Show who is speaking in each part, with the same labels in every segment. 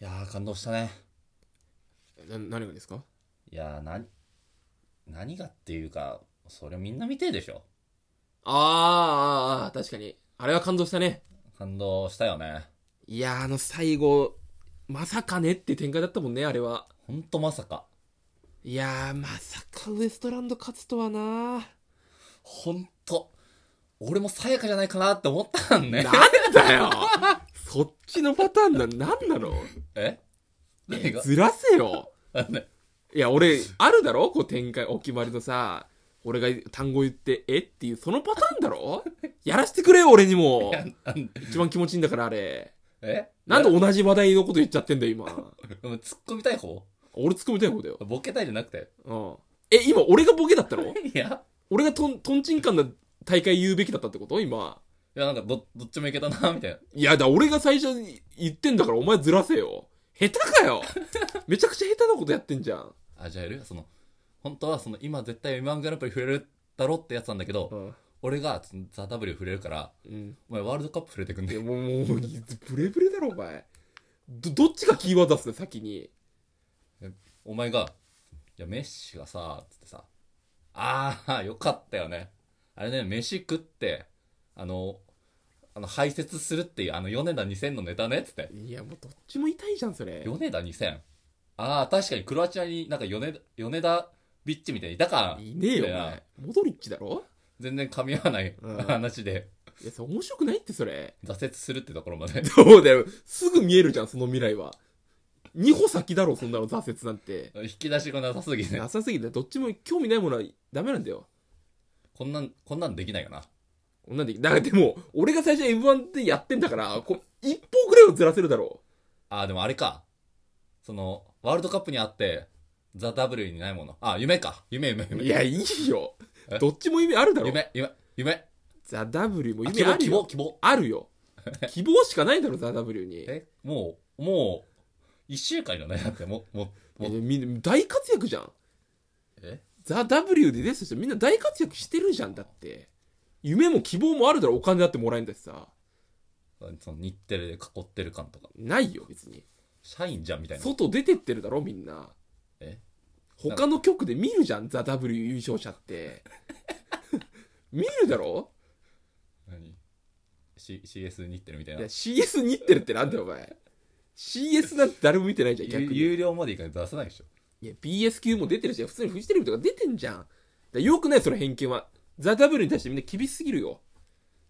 Speaker 1: いやー感動したね
Speaker 2: な何がですか
Speaker 1: いやーな何がっていうかそれみんな見てるでしょ
Speaker 2: あーあーあー確かにあれは感動したね
Speaker 1: 感動したよね
Speaker 2: いやーあの最後まさかねって展開だったもんねあれは
Speaker 1: ほんとまさか
Speaker 2: いやーまさかウエストランド勝つとはな
Speaker 1: ほんと俺もさやかじゃないかなって思ったんね
Speaker 2: なんだよそっちのパターンな何なの
Speaker 1: え何が
Speaker 2: ずらせよ
Speaker 1: あのね
Speaker 2: いや俺あるだろこう展開お決まりのさ俺が単語言ってえっていうそのパターンだろやらせてくれよ俺にも
Speaker 1: いやあの
Speaker 2: 一番気持ちいいんだからあれ
Speaker 1: え
Speaker 2: なんで同じ話題のこと言っちゃってんだよ今
Speaker 1: お前突っ込みたい方
Speaker 2: 俺突っ込みたい方だよ。
Speaker 1: ボケたいじゃなくて
Speaker 2: うん。え、今俺がボケだったの
Speaker 1: いや
Speaker 2: 俺がとん、とんちんかんな大会言うべきだったってこと今。
Speaker 1: いやなんかどどっちもいけたなみたいない
Speaker 2: や、だ、俺が最初に言ってんだからお前ずらせよ。下手かよめちゃくちゃ下手なことやってんじゃん。
Speaker 1: あじゃあやるその本当はその今絶対 M−1 グランプリ触れるだろってやつなんだけど、
Speaker 2: ん。
Speaker 1: 俺がそのザ・ W 触れるから
Speaker 2: うん。
Speaker 1: お前ワールドカップ触れてくん
Speaker 2: い
Speaker 1: ね
Speaker 2: や、もう、もう、ブレブレだろ、お前。ど、どっちがキーワード出すの先に。
Speaker 1: お前が「いやメッシがさ」つってさ「ああよかったよねあれね飯食ってあのあの排泄するっていうあの米田2000のネタね」つって
Speaker 2: いや、もうどっちも痛いじゃん、
Speaker 1: 「
Speaker 2: それ。
Speaker 1: 米田2000」ああ確かにクロアチアになんか米田米田ビッチみたいにいたか
Speaker 2: いねえよ、
Speaker 1: み
Speaker 2: お
Speaker 1: たいな
Speaker 2: 前。モドリッチだろ
Speaker 1: 全然噛み合わない
Speaker 2: うん
Speaker 1: 話で
Speaker 2: いや、それ面白くないって、そ れ。
Speaker 1: 挫折するってところまで
Speaker 2: どうだよ。すぐ見えるじゃん、その未来は。二歩先だろ、そんなの挫折なんて。
Speaker 1: 引き出しがなさすぎて
Speaker 2: なさすぎて、どっちも興味ないものはダメなんだよ。
Speaker 1: こんなん、こんなんできないかな。
Speaker 2: こんなんで、だからでも、俺が最初 M1 ってやってんだから、こう一歩ぐらいをずらせるだろ
Speaker 1: あー、でもあれか。その、ワールドカップにあって、ザ・ W にないもの。あー、夢か。夢、夢、
Speaker 2: う。
Speaker 1: 夢。
Speaker 2: いや、いいよ
Speaker 1: え。
Speaker 2: どっちも夢あるだろ。
Speaker 1: 夢、夢、夢。
Speaker 2: ザ・ W も
Speaker 1: あ
Speaker 2: 夢ある
Speaker 1: 希望、
Speaker 2: よ。
Speaker 1: 希望、希望。
Speaker 2: あるよ。希望しかないだろ、ザ・ W に。
Speaker 1: え、もう、もう、一週間じゃないだって、もう、もう、もう、
Speaker 2: えみんな大活躍じゃん。
Speaker 1: え
Speaker 2: ザ・ W でですとしてみんな大活躍してるじゃんだって。夢も希望もあるだろ、お金だってもらえんだしさ。
Speaker 1: その日テレで囲ってる感とか。
Speaker 2: ないよ、別に。
Speaker 1: 社員じゃんみたいな。
Speaker 2: 外出てってるだろみんな
Speaker 1: え
Speaker 2: 他の局で見るじゃん「ザ・ w 優勝者って 見るだろ
Speaker 1: 何 ?C、CS 日テレみたい
Speaker 2: い
Speaker 1: な
Speaker 2: や。CS 日テレってなんだよお前 CS なんて誰も見てないじゃん逆
Speaker 1: 有
Speaker 2: に
Speaker 1: 有料までいかないと出さないでしょ。
Speaker 2: いや BS 級も出てるし普通にフジテレビとか出てんじゃんだからよくないその偏見は「ザ・ w に対してみんな厳しすぎるよ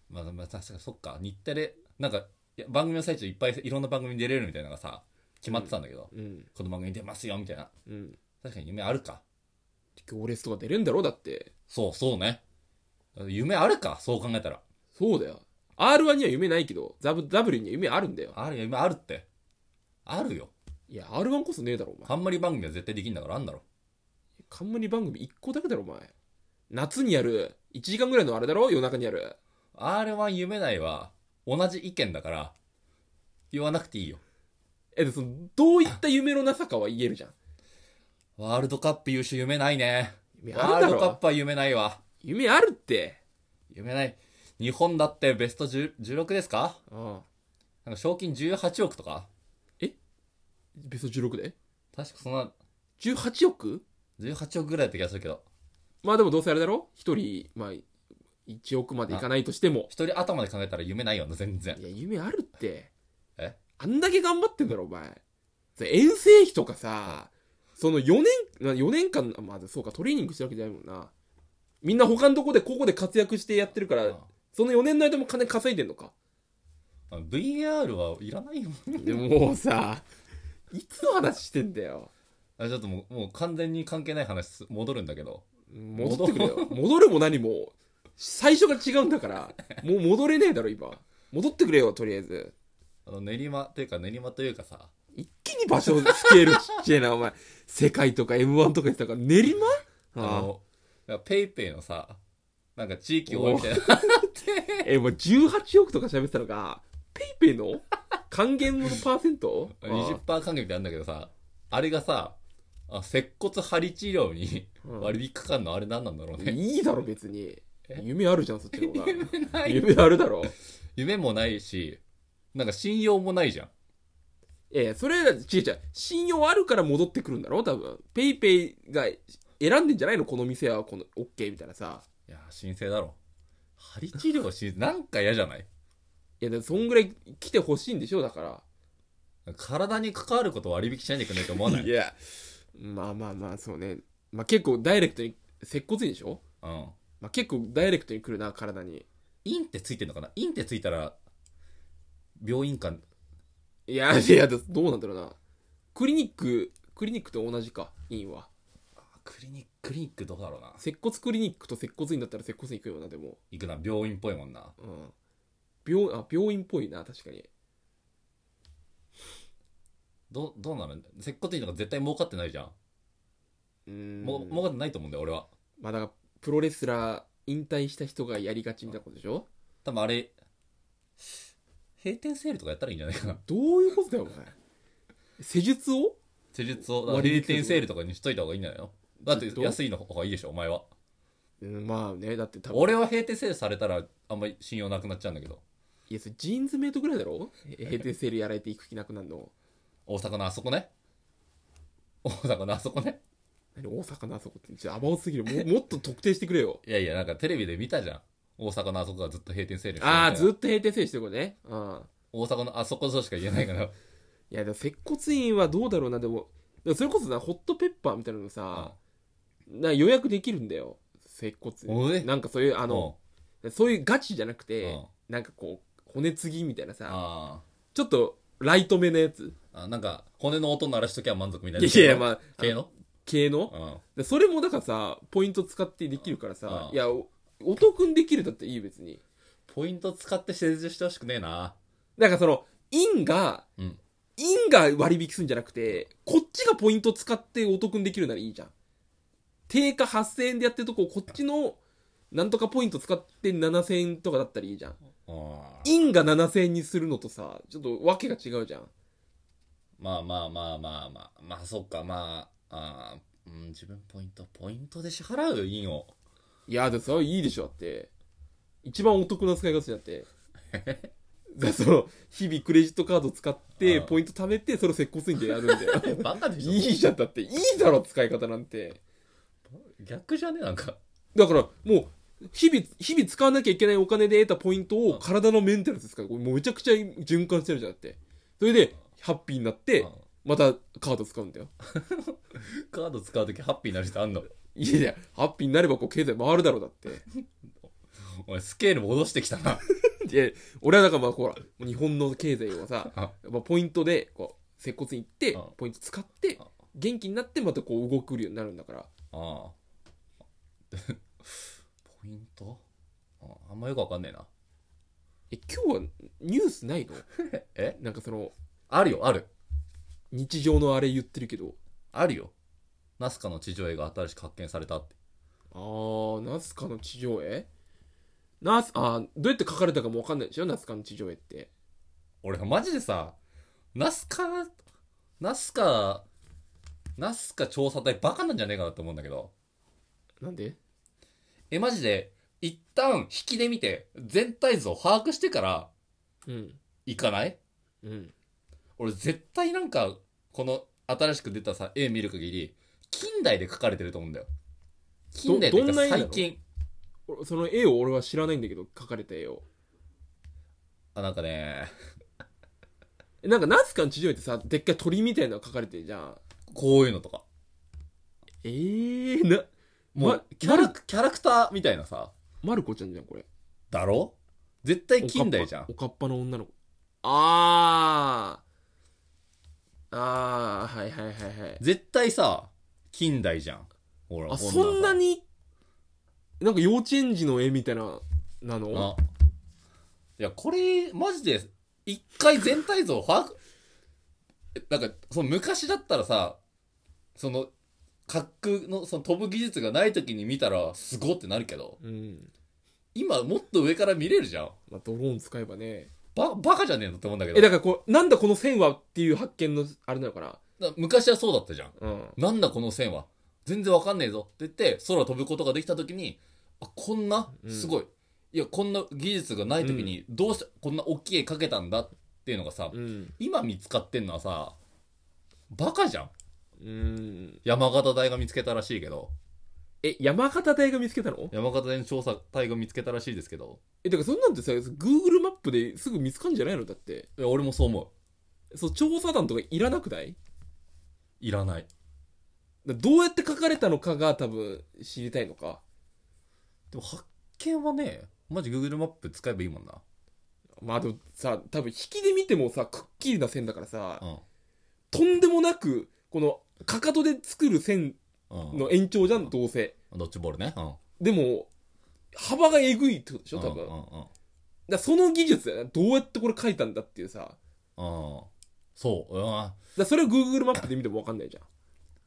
Speaker 1: まあ、まあ、確かにそっか。日テレ、なんか、いや番組の最中いっぱいいろんな番組に出れるみたいなのがさ、決まってたんだけど、
Speaker 2: うん
Speaker 1: この番組出ますよみたいな。
Speaker 2: うん
Speaker 1: 確かに夢あるか。
Speaker 2: 行列とか出れんだろだって
Speaker 1: そうそうね。夢あるか、そう考えたら。
Speaker 2: そうだよ R1 には夢ないけどザ・ w には夢あるんだよ
Speaker 1: あるよ、夢あるって。あるよ。
Speaker 2: いや R1 こそねえだろお前
Speaker 1: 冠番組は絶対できんだからあんだろ。
Speaker 2: 冠番組1個だけだろお前夏にやる1時間ぐらいのあれだろ夜中にやる
Speaker 1: R1 夢ないは、同じ意見だから、言わなくていいよ。
Speaker 2: えでそのどういった夢のなさかは言えるじゃん
Speaker 1: ワールドカップ優勝夢ないね。
Speaker 2: 夢
Speaker 1: ワ
Speaker 2: あ
Speaker 1: ー
Speaker 2: るだ
Speaker 1: ルドカッ
Speaker 2: ろ
Speaker 1: プは夢ないわ。
Speaker 2: 夢あるって
Speaker 1: 夢ない。日本だってベスト10 16ですか
Speaker 2: ああ
Speaker 1: なんか賞金18億とか
Speaker 2: ベスト16で
Speaker 1: 確かそんな、
Speaker 2: 18億
Speaker 1: 18億ぐらいだった気がするけど。
Speaker 2: まあでもどうせあれだろ1人まあ1億までいかないとしても
Speaker 1: 一人頭で考えたら夢ないよな、全然
Speaker 2: い。や夢あるって
Speaker 1: え
Speaker 2: あんだけ頑張ってんだろお前それ遠征費とかさその4年な4年間まあそうかトレーニングしてるわけじゃないもんなみんな他のとこでここで活躍してやってるからその4年の間も金稼いでんのか。
Speaker 1: あ VR はいらないよ。
Speaker 2: でもうさ、いつの話してんだよ。
Speaker 1: あちょっともうもう完全に関係ない話す戻るんだけど
Speaker 2: 戻ってくれよ。戻るも何も、最初が違うんだから、もう戻れねえだろ、今。戻ってくれよ、とりあえず。
Speaker 1: あの練馬というか練馬というかさ
Speaker 2: 一気に場所、スケールちっちゃいな、お前。世界とか M1 とか言ってたから、練馬
Speaker 1: あ
Speaker 2: ああ
Speaker 1: のなんかペイペイのさなんか地域多いみたいな
Speaker 2: え、お前18億とか喋ってたのが、ペイペイの還元のパーセント
Speaker 1: 20%還元ってあるんだけどさあれがさあ接骨針治療に
Speaker 2: うん
Speaker 1: 割引かかんのあれ何なんだろうね
Speaker 2: いいだろ、別に。夢あるじゃん、そっち の方が。
Speaker 1: 夢 ない
Speaker 2: 夢あるだろ。
Speaker 1: 夢もないしなんか信用もないじゃん
Speaker 2: いやいや、それら、違う違う。信用あるから戻ってくるんだろ多分。ペイペイが選んでんじゃないのこの店は、この、OK みたいなさ。
Speaker 1: いやー、申請だろ。針治療し、なんか嫌じゃない
Speaker 2: いや、でもそんぐらい来てほしいんでしょだか
Speaker 1: 体に関わることを割引しないでくれないと思わな
Speaker 2: ら。
Speaker 1: い。
Speaker 2: いや、まあまあまあ、そうね。まあ結構ダイレクトに、接骨院でしょ
Speaker 1: うん。
Speaker 2: まあ結構ダイレクトに来るな、体に。
Speaker 1: インってついてんのかなインってついたら、病院間、
Speaker 2: いや、いや、どうなんだろうな。クリニック、クリニックと同じか、院は。
Speaker 1: あクリニック、クリニックどうだろうな。
Speaker 2: 接骨クリニックと接骨院だったら接骨院行くよな、でも。
Speaker 1: 行くな、病院っぽいもんな。
Speaker 2: うん。病、あ、病院っぽいな、確かに。
Speaker 1: ど、どうなの接骨院とか絶対儲かってないじゃん。
Speaker 2: うーん。
Speaker 1: も儲かってないと思うんだよ、俺は。
Speaker 2: まあだからプロレスラー引退した人がやりがちみたいなことでしょ
Speaker 1: 多分あれ、閉店セールとかやったらいいんじゃない かな。
Speaker 2: どういうことだよお前施術を
Speaker 1: 施術を、だから閉
Speaker 2: 割引する
Speaker 1: 店セールとかにしといた方がいいんじゃないのだって
Speaker 2: ずっと
Speaker 1: 安いの方がいいでしょ、お前は。
Speaker 2: うんまあねだって多分
Speaker 1: 俺は閉店セールされたらあんまり信用なくなっちゃうんだけど。
Speaker 2: いやそれジーンズメイトぐらいだろえ閉店セールやられて行く気なくなるの
Speaker 1: 大阪のあそこね。大阪のあそこね。
Speaker 2: 何大阪のあそこってちょっと甘おすぎる ももっと特定してくれよ
Speaker 1: いやいや、なんかテレビで見たじゃん。大阪のあそこがずっと閉店セールしてるみたい
Speaker 2: あ
Speaker 1: な
Speaker 2: あずっと閉店セールしてることねうん
Speaker 1: 大阪のあそことしか言えないから。
Speaker 2: いやでも接骨院はどうだろうなでもでもそれこそなホットペッパーみたいなのさ、な予約できるんだよ接骨
Speaker 1: おえ
Speaker 2: 院なんかそういうあ
Speaker 1: あ
Speaker 2: の、、そういうガチじゃなくて、
Speaker 1: うん
Speaker 2: なんかこう骨継ぎみたいなさ、
Speaker 1: あ
Speaker 2: ちょっとライトめのやつ。
Speaker 1: ーあ。なんか、骨の音鳴らしときゃ満足みたいな。
Speaker 2: いやいや、まあ、
Speaker 1: 系の
Speaker 2: 系
Speaker 1: う
Speaker 2: の。
Speaker 1: ん。
Speaker 2: でそれもだからさ、ポイント使ってできるからさ
Speaker 1: あ、あ
Speaker 2: いや、おお得にできるだっていいよ別に。
Speaker 1: ポイント使って施術してほしくねえな。
Speaker 2: なんかその、インが、
Speaker 1: うん。
Speaker 2: インが割引するんじゃなくて、こっちがポイント使ってお得にできるならいいじゃん。定価8000円でやってるとこ、こっちの、なんとかポイント使って7000円とかだったらいいじゃん。
Speaker 1: あー
Speaker 2: インが7000円にするのとさ、ちょっとわけが違うじゃん。
Speaker 1: まあまあまあまあまあ。まあ、そっか、まあ、あーうん、自分ポイント、ポイントで支払うよ、インを。
Speaker 2: いや、でもそれはいいでしょ、だって。一番お得な使い方じゃんだって。 だからその、日々クレジットカード使って、
Speaker 1: ああ
Speaker 2: ポイント貯めて、それを接骨院でやるん だよ。
Speaker 1: バカでしょ
Speaker 2: いいじゃん、だって。いいだろ、使い方なんて。
Speaker 1: 逆じゃねえなんか。
Speaker 2: だから、もう、日々、日々使わなきゃいけないお金で得たポイントを体のメンテナンスですから、これもうめちゃくちゃ循環してるじゃん、だって。それで、ハッピーになって、またカード使うんだよ。
Speaker 1: カード使うときハッピーになる人あんの
Speaker 2: いやいや、ハッピーになればこう経済回るだろう、だって。
Speaker 1: お前スケール戻してきたな。
Speaker 2: いや、俺はだからまあほら、日本の経済をさ、
Speaker 1: あ
Speaker 2: まあ、ポイントでこう接骨に行って
Speaker 1: うん
Speaker 2: ポイント使って
Speaker 1: あ
Speaker 2: 元気になってまたこう動くようになるんだから
Speaker 1: ああ。ポイントああんまよくわかんねえな。
Speaker 2: え今日はニュースないの
Speaker 1: え
Speaker 2: なんかその
Speaker 1: あるよ、ある。
Speaker 2: 日常のあれ言ってるけど
Speaker 1: あるよ。ナスカの地上絵が新しく発見されたって。
Speaker 2: あーナスカの地上絵ナスあーどうやって書かれたかもわかんないでしょナスカの地上絵って
Speaker 1: 俺、マジでさ、ナスカ、ナスカ、ナスカ調査隊バカなんじゃねえかなって思うんだけど。
Speaker 2: なんで
Speaker 1: え、マジで、一旦引きで見て、全体像把握してから
Speaker 2: うん
Speaker 1: 行かない
Speaker 2: うん
Speaker 1: 俺絶対なんか、この新しく出たさ、絵見る限り、近代で描かれてると思うんだよ。近代っていうか
Speaker 2: どんな絵なの
Speaker 1: 最近。
Speaker 2: おその絵を俺は知らないんだけど書かれた絵を
Speaker 1: あ、なんかね、
Speaker 2: えなんかナスカの地上絵ってさでっかい鳥みたいなの書かれてるじゃん
Speaker 1: こういうのとか。
Speaker 2: えー、な
Speaker 1: もう、
Speaker 2: ま
Speaker 1: キャラク、キャラクターみたいなさ、
Speaker 2: マルコちゃんじゃんこれ
Speaker 1: だろ絶対近代じゃん。
Speaker 2: おかっぱの女の子。あー。あー、はいはいはいはい。
Speaker 1: 絶対さ、近代じゃん。ほら、
Speaker 2: あ、
Speaker 1: こ
Speaker 2: そんな
Speaker 1: さ
Speaker 2: に、なんか幼稚園児の絵みたいな、なの
Speaker 1: あ。いや、これ、マジで、一回全体像を把握、えなんか、その昔だったらさ、その、滑空の、その飛ぶ技術がない時に見たら、すごってなるけど、
Speaker 2: うん。
Speaker 1: 今もっと上から見れるじゃん。
Speaker 2: まあ、ドローン使えばね。
Speaker 1: ば、バカじゃねえのって思うんだけど。
Speaker 2: え、だからこう、なんだこの線はっていう発見の、あれなのかな。
Speaker 1: な昔はそうだったじゃん。
Speaker 2: うん。
Speaker 1: なんだこの線は。全然わかんねえぞって言って、空飛ぶことができた時に、あ、こんな
Speaker 2: うん
Speaker 1: すごい。いや、こんな技術がない時に、どうしてこんな大きい絵描けたんだってっていうのがさ、
Speaker 2: うん。
Speaker 1: 今見つかってんのはさ、バカじゃん。
Speaker 2: うん。
Speaker 1: 山形大が見つけたらしいけど、
Speaker 2: え、山形大が見つけたの
Speaker 1: 山形大の調査隊が見つけたらしいですけど、
Speaker 2: え、だからそんなんてさ、Google マップですぐ見つかんじゃないのだって。
Speaker 1: いや俺もそう思う。
Speaker 2: そう、調査団とかいらなくない
Speaker 1: いらない。
Speaker 2: だどうやって書かれたのかが多分知りたいのか。
Speaker 1: でも発見はね、マジ Google マップ使えばいいもんな。
Speaker 2: まあでもさ、多分引きで見てもさ、くっきりな線だからさ
Speaker 1: う、
Speaker 2: とんでもなく、この、かかとで作る線
Speaker 1: ん。うん。
Speaker 2: の延長じゃん、どうせ。
Speaker 1: ドッジボールね。うん。
Speaker 2: でも、幅がえぐいってことでしょ、多
Speaker 1: う
Speaker 2: 分。
Speaker 1: ん
Speaker 2: だか
Speaker 1: うんうん
Speaker 2: らその技術だよな。どうやってこれ書いたんだっていうさ。だか
Speaker 1: うん。そう。うん。
Speaker 2: らそれを Google マップで見てもわかんないじゃん。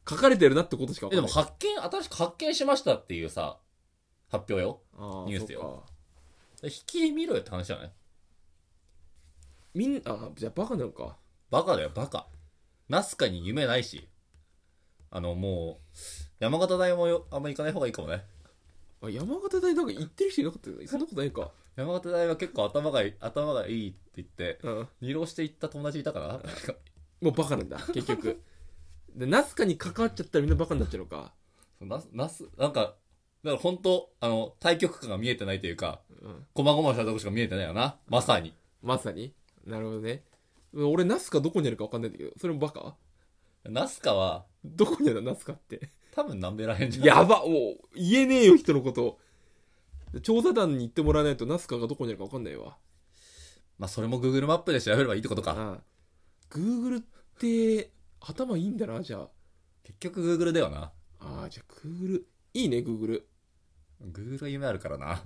Speaker 2: 書かれてるなってことしかわ
Speaker 1: え、
Speaker 2: かん
Speaker 1: で
Speaker 2: な
Speaker 1: も
Speaker 2: い。
Speaker 1: 発見、新しく発見しましたっていうさ、発表よ。
Speaker 2: あー
Speaker 1: ニュースよ
Speaker 2: そっか
Speaker 1: 引きで見ろよって話じゃない
Speaker 2: みんな、あじゃあバカなのか。
Speaker 1: バカだよ、バカ。ナスカに夢ないし。あの、もう、山形大もよあんま行かない方がいいかもね。
Speaker 2: あ山形大なんか行ってる人いなかったよね。そんなことないか。
Speaker 1: 山形大は結構頭がいい、頭がいいって言って、
Speaker 2: うん。
Speaker 1: 二浪して行った友達いたからなんか
Speaker 2: もうバカなんだ、結 局。で、ナスカに関わっちゃったらみんなバカになっちゃうのか。
Speaker 1: そうナス、ナス、なんか、だから本当あの、対局感が見えてないというか、
Speaker 2: うん。
Speaker 1: 細々したとこしか見えてないよな。まさに。
Speaker 2: まさに。なるほどね。俺、ナスカどこにあるかわかんないんだけど、それもバカ
Speaker 1: ナスカは、
Speaker 2: どこにあるのナスカって。
Speaker 1: 多分南米らへんじゃん。
Speaker 2: やばもう、言えねえよ、人のこと。調査団に行ってもらわないとナスカがどこにあるかわかんないわ。
Speaker 1: まあ、それも Google マップで調べればいいってことか。
Speaker 2: ああ。Google って、頭いいんだな、じゃあ。
Speaker 1: 結局 Google だよな。
Speaker 2: ああ、じゃあ Google。いいね、Google。
Speaker 1: Google が夢あるからな。